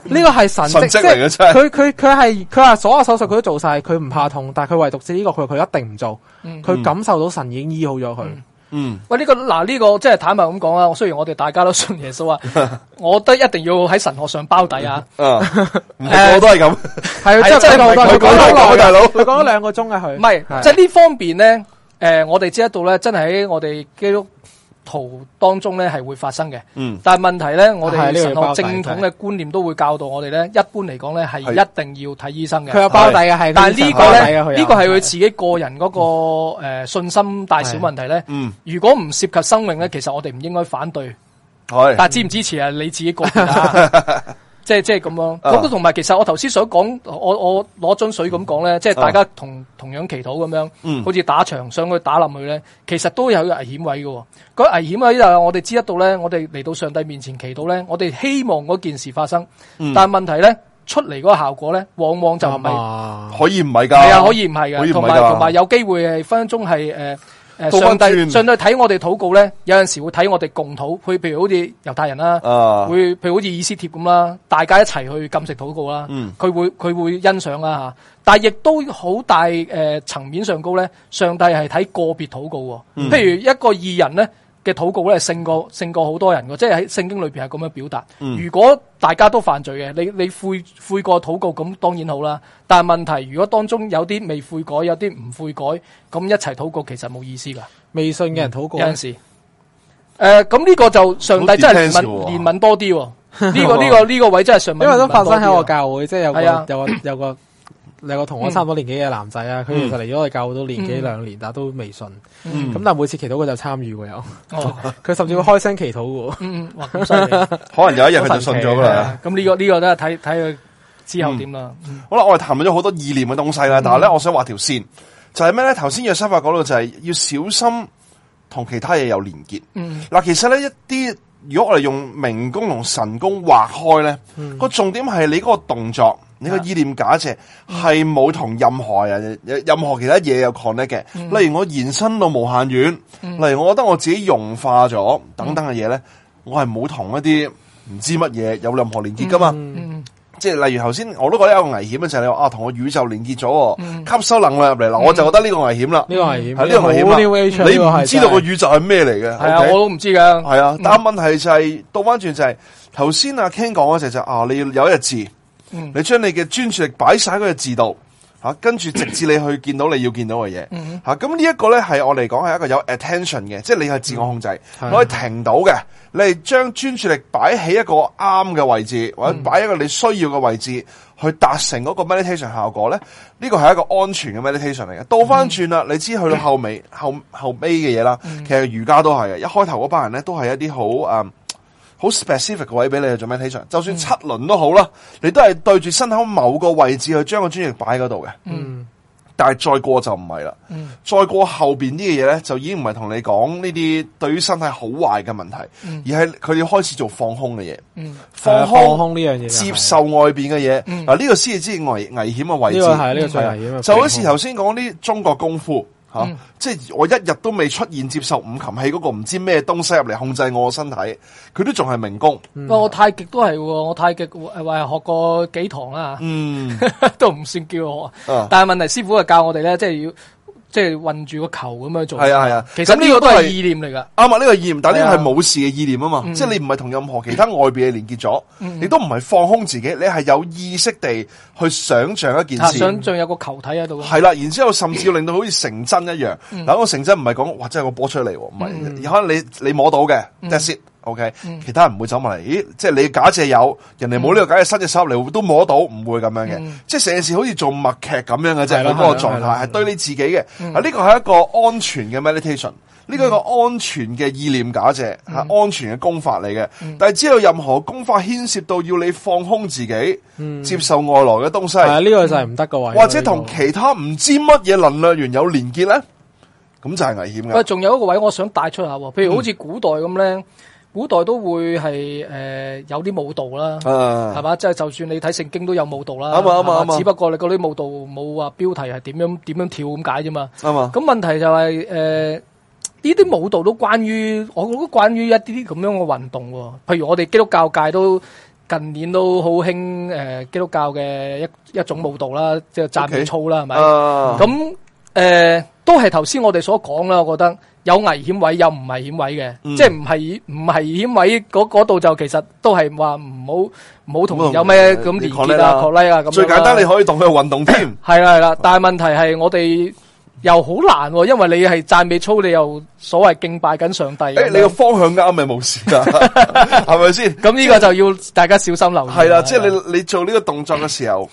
呢個係神跡，神跡即係嚟嘅真係佢佢佢係佢話所有手術佢都做晒，佢唔怕痛，但係佢唯獨是呢個佢話佢一定唔做，嗯佢感受到神已經醫好咗佢。嗯，喂，呢、個嗱呢、個即係坦白咁講啊，雖然我哋大家都信耶穌啊，我覺得一定要喺神學上包底啊。啊， *laughs* 唔係我都係 *laughs* 咁，係係真係講到佢真係講咗好佢講咗好耐耐，大佬佢講咗兩個鐘啊，佢唔係，即係呢方面咧，誒、我哋知得到咧，真係喺我哋基督徒當中咧係會發生嘅。嗯，但係問題咧，我係呢哋個神要包學底正統嘅觀念都會教導我哋咧，一般嚟講咧係係一定要睇醫生佢嘅。有包底啊嘅係，但係呢個個包底咧，嘅佢有呢個係佢自己個人嗰個誒信心大小問題咧。嗯，如果唔涉及生命咧，其實我哋唔應該反對。係。但係支唔支持啊？你自己個人 *laughs* 啊即係即係咁咯。啊咁同埋其實我頭先所講，我我攞樽水咁講咧，即係大家同同樣祈禱咁樣，啊嗯好似打場想去打冧佢咧，其實都有危險位嘅喎。嗰危險位就係我哋知得到咧，我哋嚟到上帝面前祈禱咧，我哋希望嗰件事發生，嗯但係問題咧出嚟嗰個效果咧，往往就唔係啊可以唔係㗎，係啊，可以唔係可以嘅，唔係㗎同埋同埋有機會係分分鐘係誒誒倒上返帝轉上帝睇我哋禱告咧，有陣時會睇我哋共禱，譬譬如好似猶太人啦，啊會譬如好似以斯帖咁啦，大家一齊去禁食禱告啦，佢、嗯會佢會欣賞啦嚇，但係亦都好大誒、呃、層面上高咧，上帝係睇個別禱告喎，嗯譬如一個義人咧。嘅禱告咧，勝過勝過好多人嘅，即係喺聖經裏邊係咁樣表達。嗯如果大家都犯罪嘅，你你悔悔過禱告咁當然好啦。但係問題，如果當中有啲未悔改，有啲唔悔改，咁一齊禱告其實冇意思㗎。未信嘅人禱告啊有陣時，誒咁呢個就上帝真係憐好憫 defensive 喎憐憫多啲喎。 *laughs* 呢個呢個呢個位真係上帝，因為都發生喺我。教會，即係有個係啊有個有個有個同我差唔多年紀嘅男仔啊，佢嗯其實嚟咗我哋教會都年幾兩年，但都未信。咁但係每次祈禱佢就參與喎，有哦，佢甚至會開聲祈禱嘅喎。嗯，哇，咁犀 *laughs* 利。可能有一日佢就信咗㗎係啦。咁呢個呢個都係睇睇佢之後點啦。好啦，我哋談論咗好多意念嘅東西啦，但係咧，我想畫條線，就係咩咧？頭先約沙法講到就係要小心同其他嘢有連結。嗯嗱，其實咧一啲，如果我哋用明功同神功劃開咧，嗯個、重點係你嗰個動作，你啊個意念假設嗯係冇同任何人、任何其他嘢有 connect 嘅。嗯例如我延伸到無限遠，例如我覺得我自己融化咗等嗯等嘅嘢咧，我係冇同一啲唔知乜嘢有任何連結噶嘛。嗯即係例如頭先，我都覺得有個危險嘅就係你話啊，同我宇宙連結咗嗯喎，吸收能量入嚟嗱，我就覺得呢個危險啦，呢個危係險，呢個危險好 New Age 啊呢個啦。係你唔知道個真係宇宙係咩嚟嘅，係啊，我都唔知㗎。係啊。但係問題就係倒翻轉就係頭先阿 Ken 講嗰隻就係啊，你要有一隻字，嗯你將你嘅專注力擺晒喺嗰隻字度。吓，啊跟住直至你去見到你要見到嘅嘢吓。咁呢一個咧係我嚟講係一個有 attention 嘅，即係你係自我控制，嗯可以停到嘅。你係將專注力擺喺一個啱嘅位置，或者擺喺一個你需要嘅位置，去達成嗰個 meditation 效果咧。呢個係一個安全嘅 meditation 嚟嘅。倒翻轉啦，你知去到後尾後後尾嘅嘢啦，其實瑜伽都係嘅。一開頭嗰班人咧都係一啲好誒。嗯好 specific 嘅位俾你去做 meditation，就算七輪都好啦，你都係對住身口某個位置去將個專業擺喺嗰度嘅。嗯，但係再過就唔係啦，嗯再過後邊啲嘅嘢咧，就已經唔係同你講呢啲對於身體好壞嘅問題，而係佢哋開始做放空嘅嘢，嗯放係啊放空。空呢樣嘢就係，接受外邊嘅嘢，嗯嗱呢個先至危危險嘅位置，呢個係呢個最係啊危險嘅就好似地方頭先講啲中國功夫吓，嗯即係我一日都未出現接受五禽戲嗰個唔知咩東西入嚟控制我身體，佢都仲係明功。嗯不過我太極都係喎，我太極誒話學過幾堂啦， *laughs* 嗯， *laughs* 都唔算叫我啊。但係問題師傅係教我哋咧，即係要即係困住個球咁樣做。係啊係啊其咁實呢呢個個都都係係意念嚟㗎。啱啊！呢、個意念，但呢係個啊嗯係冇事嘅意念啊嘛，即係你唔係同任何其他外邊嘅連結咗，你都唔係放空自己，你係有意識地去想象一件啊事。想像有個球體喺度。係啦，然之後甚至要令到好似成真一樣。嗱，個成真唔係講哇，真係個波出嚟喎，唔係，可能你你摸到嘅，that's it。OK，其他人唔會走埋嚟，咦？即係你假借有，人哋冇呢個假借伸隻手入嚟都摸到，唔會咁樣嘅。即係成件事好似做默劇咁樣嘅啫，係啦佢嗰個係啦狀係啦態係對你自己嘅。啊，呢個係一個安全嘅 meditation。呢個係一個安全嘅意念假借，係安全嘅功法嚟嘅。但係只有任何功法牽涉到要你放空自己，嗯接受外來嘅東西，係啊呢個就係唔得嘅位咯，或者同呢個其他唔知乜嘢能量源有連結咧，咁就係危險喂，嘅。啊仲有一個位我想帶出下喎，嗯譬如好似古代咁咧，古代都會係誒、呃有啲舞蹈啦，係啊，嘛？即係就算你睇聖經都有舞蹈啦，啱啊啱啊係嘛啱啊只不過你嗰啲舞蹈冇話標題係點樣點樣跳咁解啫嘛。啱啊，咁問題就係、呃呢啲舞蹈都關於我覺得關於一啲咁樣嘅運動喎，譬如我哋基督教界都近年都好興誒基督教嘅一一種舞蹈啦，即係讚美 OK 操啦，係咪啊，咁誒、呃都係頭先我哋所講啦，我覺得有危險位，有唔危險位嘅，嗯即係唔係唔危險位嗰嗰度就其實都係話唔好唔好唔好同同呃有咩咁啊你連 connect 結啦啊、c o l l 啊咁樣啦。，最簡單你可以當佢係運動添係啊啦係啦，但係問題係我哋又好難喎，因為你係讚美操，你又所謂敬拜緊上帝咁樣。誒，你個方向啱咪冇事 *laughs* 啦，係咪先？咁呢個就要大家小心留意。係啦，即啊係你你做呢個動作嘅時候，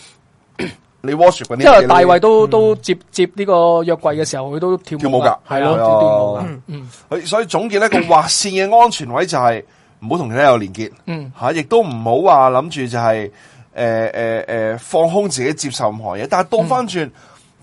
你 wash 嗰啲嘢，因為大衛都都接接呢個約櫃嘅時候，佢都跳跳舞舞㗎㗎，係係啊咯，都跳舞㗎。嗯佢所以總結呢個劃線嘅安全位就係唔好同其他有連結，嗯吓，亦都唔好話諗住就係誒誒誒放空自己接受任何嘢，但嗯係倒翻轉。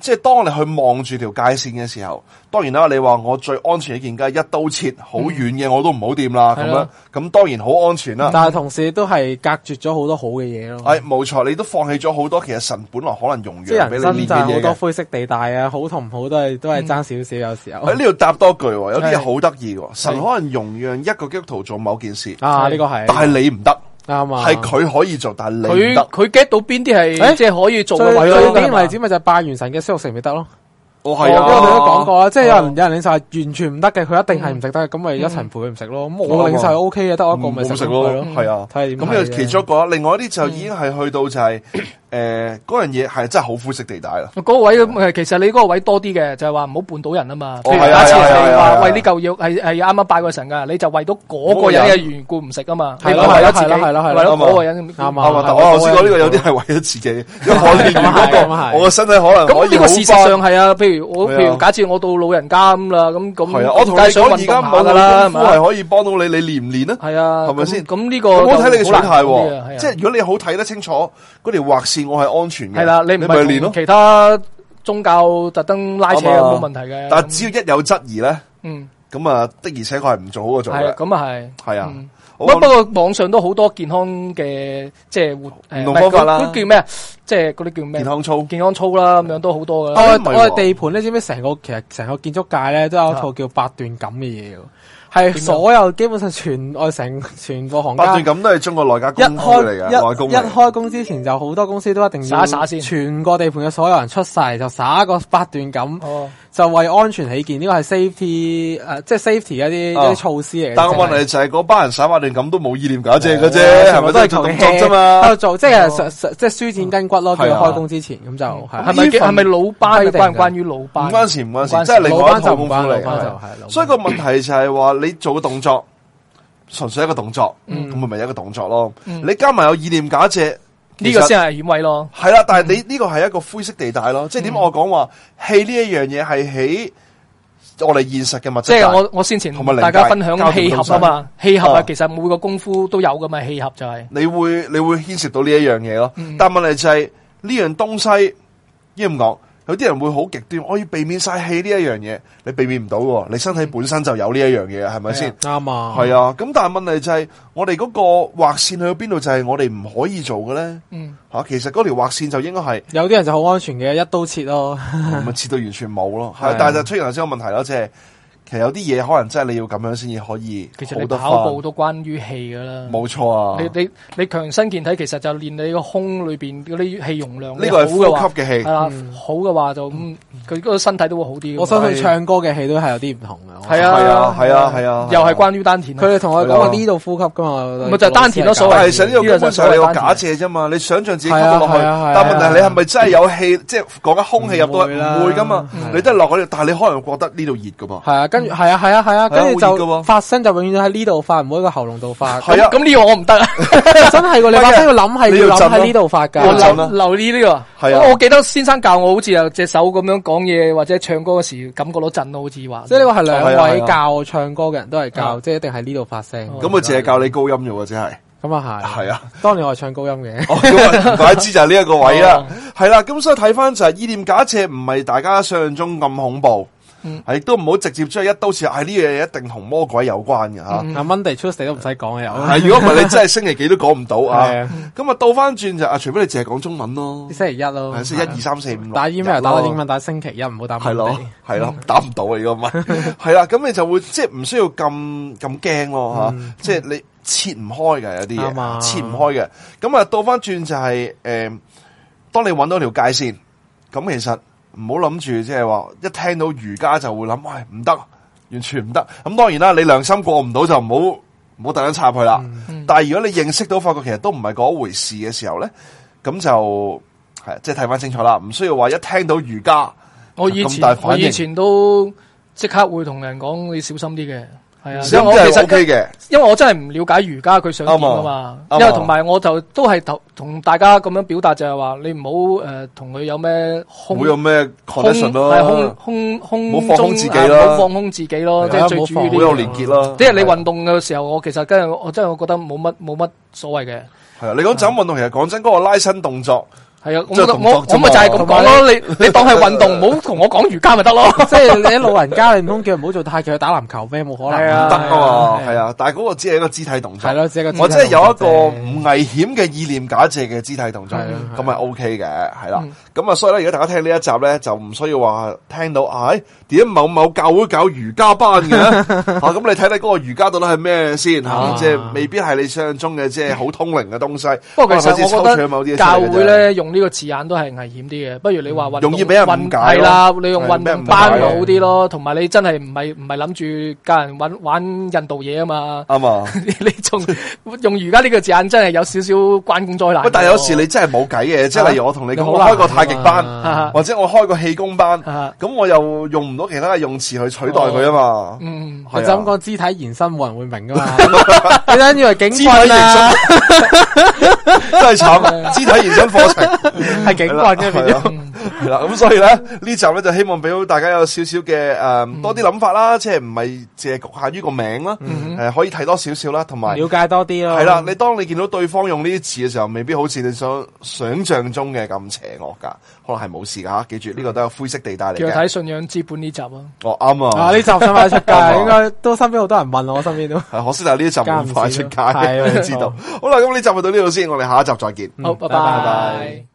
即係當我哋去望住條界線嘅時候，當然啦，你話我最安全嘅件梗係一刀切，好遠嘅我都唔好掂啦，咁係樣咯咁當然好安全啦。但係同時都係隔絕咗好多好嘅嘢咯。係冇錯，你都放棄咗好多其實神本來可能容即讓係俾人你生練就係嘅嘢好嘅多。灰色地帶啊，好同唔好都係都係爭少少，有時候嗯哎喺呢度答多句喎，有啲嘢係好得意喎，神可能容讓一個基督徒做某件事，啊呢個係但係你唔得。啱啊，系佢可以做，但系你唔佢得。佢 get 到邊啲係誒即係可以做最嘅位咯最典係型嘛例子咪就係拜完神嘅燒肉食咪得咯。我因係啊為啊我哋都講過啦，即係有人哦有人領晒完全唔得嘅，佢一定係嗯唔食得嘅，咁咪一齊陪佢唔食咯。咁啊我領晒 O K 嘅，哦得我一個咪嗯冇食食咯咯，係，係嗯啊。睇下點咁睇呢個啫其中一個啦，啊另外一啲就已經係去到就係 *coughs* 诶嗰樣嘢係真係好灰色地帶啦。嗰個位誒，其實你嗰個位多啲嘅，就係話唔好絆到人啊嘛。哦譬如係假啊設係啊係你啊係啊話喂呢嚿嘢係係啱啱拜過神噶，你就為到嗰個人嘅緣故唔食啊嘛。係你啦唔為咗自己，係啦係啦係啦為咗嗰個人啱啊啱啊，但我頭先講呢個有啲係為咗自己，啊因為我練完嗰咁係個，我個身體可能可咁以呢好個事實翻。上係啊，譬如我係啊譬如假設我到老人家咁啦，咁咁係啊，我同你梗係想講，而運動家下某㗎個啦，功夫係可以幫到你，你練唔練啊？係啊，係咪咁先咁呢個咁好睇你嘅取就好難態講啲啊係喎。啊即係如果你好睇得清楚嗰條劃線，我係安全嘅。係啦，你唔咪練係咯同。其啊他宗教特登拉扯啱啊咁冇問題嘅。但係只要一有質疑咧，嗯咁啊的而且確係唔做好個做係啊嘅。咁啊係。係啊嗯，好不不過網上都好多健康嘅即係活誒運動方法啦唔係嗰啲叫咩？啊即係嗰啲叫咩健？康操。健康操啦，咁樣都好多我噶。啊哋唔係喎哦啊我哋地盤咧，知唔知成個其實成個建築界咧都有一套叫八段錦嘅嘢喎，係點樣所有基本上全我哋成 *laughs* 全個行八家段。錦都係中國內家一功夫開嚟嘅，內功一一嚟嘅。開工之前就好多公司都一定要耍一耍先全個地盤嘅所有人出晒就耍個八段錦，哦，即就為安全起見，呢個係 safety 诶，即係 safety 一啲一啊啲措施嚟嘅。但係即係哦我問題就係嗰班人耍滑亂咁都冇意念搞正嘅啫，係全咪部都都係係做求動其作啫嘛哦喺？度做，即係上上即係舒展筋骨咯。叫佢係啊開工之前咁就係係咪呢份係咪老班啊規定關㗎唔關於老啊唔班？關事，唔關唔關事，事即係另老外一班套就唔功夫關，老嚟班就嘅。係。所以個問題就係話你做個動作，純粹一個動作，嗯咁咪咪一個動作咯。嗯你加埋有意念假借，呢個先係險位咯。係啦。但係嗯你呢個係一個灰色地帶咯，即係點我講話戲呢一樣嘢係喺我哋現實嘅物質即係界，我我先前同埋靈大家界分享交通氣道合啊上嘛，氣合啊啊，其實每個功夫都有噶嘛，氣合就係你會你會牽涉到呢一樣嘢咯。嗯但問題就係呢樣東西，應唔講？有啲人會好極端，我要避免晒氣呢一樣嘢，你避免唔到嘅喎，你身體嗯本身就有呢一樣嘢，係咪先？啱啊，系啊，咁但系问题就系、我哋嗰個劃線去到邊度，就係我哋唔可以做嘅咧。嗯吓、其實嗰條劃線就應該係有啲人就好安全嘅，一刀切咯。咪切到完全冇咯。係係，啊但係就出現頭先個問題咯，即係其實有啲嘢可能真係你要咁樣先至可以其實好你得跑步步都關於氣噶啦。冇錯啊。你你你強身健體，其實就練你個胸裏邊嗰啲氣容量。呢個係你好嘅話呼吸嘅氣係啦，嗯好嘅話就咁，佢嗰個身體都會好啲㗎嘛。我相信唱歌嘅戲都係有啲唔同嘅。係係啊啊係啊係啊又係關於丹田啊。佢哋同我講係啊話呢度呼吸噶嘛，咪就啊係丹田咯所謂但係實呢個根本上係你個呢個就係假借啫嘛，你想象自己吸係到啊落去，係啊係啊嗯但問題你係咪真係有氣？即係講緊空氣入到唔去會啦唔會噶嘛嗯？你都係落嗰度，但係你可能覺得呢度熱噶嘛？係啊，跟住係啊，係啊，係啊，跟住好熱㗎喎就發聲就永遠都喺呢度發，唔好喺個喉嚨度 *laughs* 發。係啊咁呢個我唔得啊，真係喎，你發聲要諗係你要要震諗咯喺呢度發㗎。我要震留啊留意呢個。係啊我記得先生教我，好似有隻手咁樣講嘢或者唱歌嗰時，感覺到震咯，好似話。即係呢個係哦係啊兩係啊位教唱歌嘅人都係教，啊即係一定喺呢度發聲。咁佢淨係教你高音啫喎，真係。咁啊係，係啊。當年我係唱高音嘅，哦，咁啊唔 *laughs* 怪之就係呢一個位哦啦，係啦，咁所以睇翻就係意念假設唔係大家想象中咁恐怖，嗯係亦都唔好直接將一刀切，係呢樣嘢一定同魔鬼有關嘅吓。嗯啊 Monday Tuesday 都唔使講嘅有。係如果唔係你真係星期幾都講唔到啊 *laughs* 係啊。咁啊倒翻轉就啊，除非你淨係講中文 *laughs* 咯，星期一咯啊係，星期一二三四五六打日 email 打到咯英文，打星期一唔好打係咯 Monday。， *laughs* 係咯，嗯打唔到啊！如果唔 *laughs* 係，係啦，咁你就會即係唔需要咁咁驚咯吓，即係你切唔開嘅有啲嗯啱啊嘢，切唔開嘅。咁啊，倒翻轉就係诶，誒當你揾到條界線，咁其實唔好諗住即係話一聽到瑜伽就會諗，喂唔得，完全唔得。咁當然啦，你良心過唔到就唔好唔好特登插佢啦。嗯但係如果你認識到發覺其實都唔係嗰回事嘅時候咧，咁就係啊即係睇翻清楚啦，唔需要話一聽到瑜伽。我以咁大前反我應以前都即刻會同人講你小心啲嘅，係啊，因為咁我就其係實 OK 嘅。因為我真係唔了解瑜伽佢想點噶嘛，啱啊因為同埋我就都係同同大家咁樣表達就係話你唔好誒同佢有咩空會有咩空 connection 係空咯，空空唔好放空中自己啊啦唔好放空自己咯，哦即係係啊最唔好主要好放呢空有樣連結啦。即係你運動嘅時候，我其實跟住我真係我覺得冇乜冇乜所謂嘅，係啊，你講就咁運動，其實講真嗰個拉伸動作，係啊，我即係動作我我咪就啫嘛係咁講咯，你 *laughs* 你當係運動，唔好同我講瑜伽咪得咯。即係你啲老人家，你唔通叫佢唔好做太極去打籃球咩？冇可能係唔啊得啊嘛，係啊，但係嗰個只係一個肢體動作。係咯，只係一個我真係有一個個唔危險嘅意念假借嘅肢體動作，係啊咁係 OK 嘅，係啦嗯。咁啊，所以咧，如果大家聽呢一集咧，就唔需要話聽到，唉，點解某某教會搞瑜伽班 *laughs* 嘅？啊，咁你睇睇嗰個瑜伽到底係咩先嚇啊？即係未必係你想象中嘅，即係好通靈嘅東西。不過其可能好實似我覺抽取啊某啲嘢得出嚟教嘅啫會咧用呢個字眼都係危險啲嘅，不如你話運動容易俾人運誤解咯係啦，你用係啊運俾人動誤解啊班會咯，好啲咯，同埋你真係唔係唔係諗住教人玩玩印度嘢啊嘛 *laughs* 啱啊。你仲用瑜伽呢個字眼真係有少少關公災難喂喎。，但係有時你真係冇計嘅，即係啊例如我同你講，好我難開個太極 *laughs* 班，啊或者我開個氣功班，啊咁我又用唔到其他嘅用詞去取代佢啊嘛。嗯係我啊就咁講肢體延伸，冇人會明噶 *laughs* 嘛。你等以為肢警體延棍啊伸，真係慘，肢體延伸課 *laughs* 程係警棍嘅變係咗啊。係啦，咁所以咧呢集咧就希望俾到大家有少少嘅诶多啲諗法啦，即係唔係淨係局限於個名啦，诶可以睇多少少啦，同埋。了解多啲咯。啊係啦，你當你見到對方用呢啲字嘅時候，未必好似你想想象中嘅咁邪惡㗎，可能係冇事㗎吓。記住呢個都係灰色地帶嚟叫佢嘅睇。信仰資本呢集啊，哦，啱啊。啊！呢集想快出啊街，應該都身邊好多人問我，身邊都。係可惜，但係呢一集冇咁快出間唔時街，咯你知道。 *laughs* 好啦，咁呢集就到呢度嗯先，我哋下一集再見。好，嗯拜拜拜拜。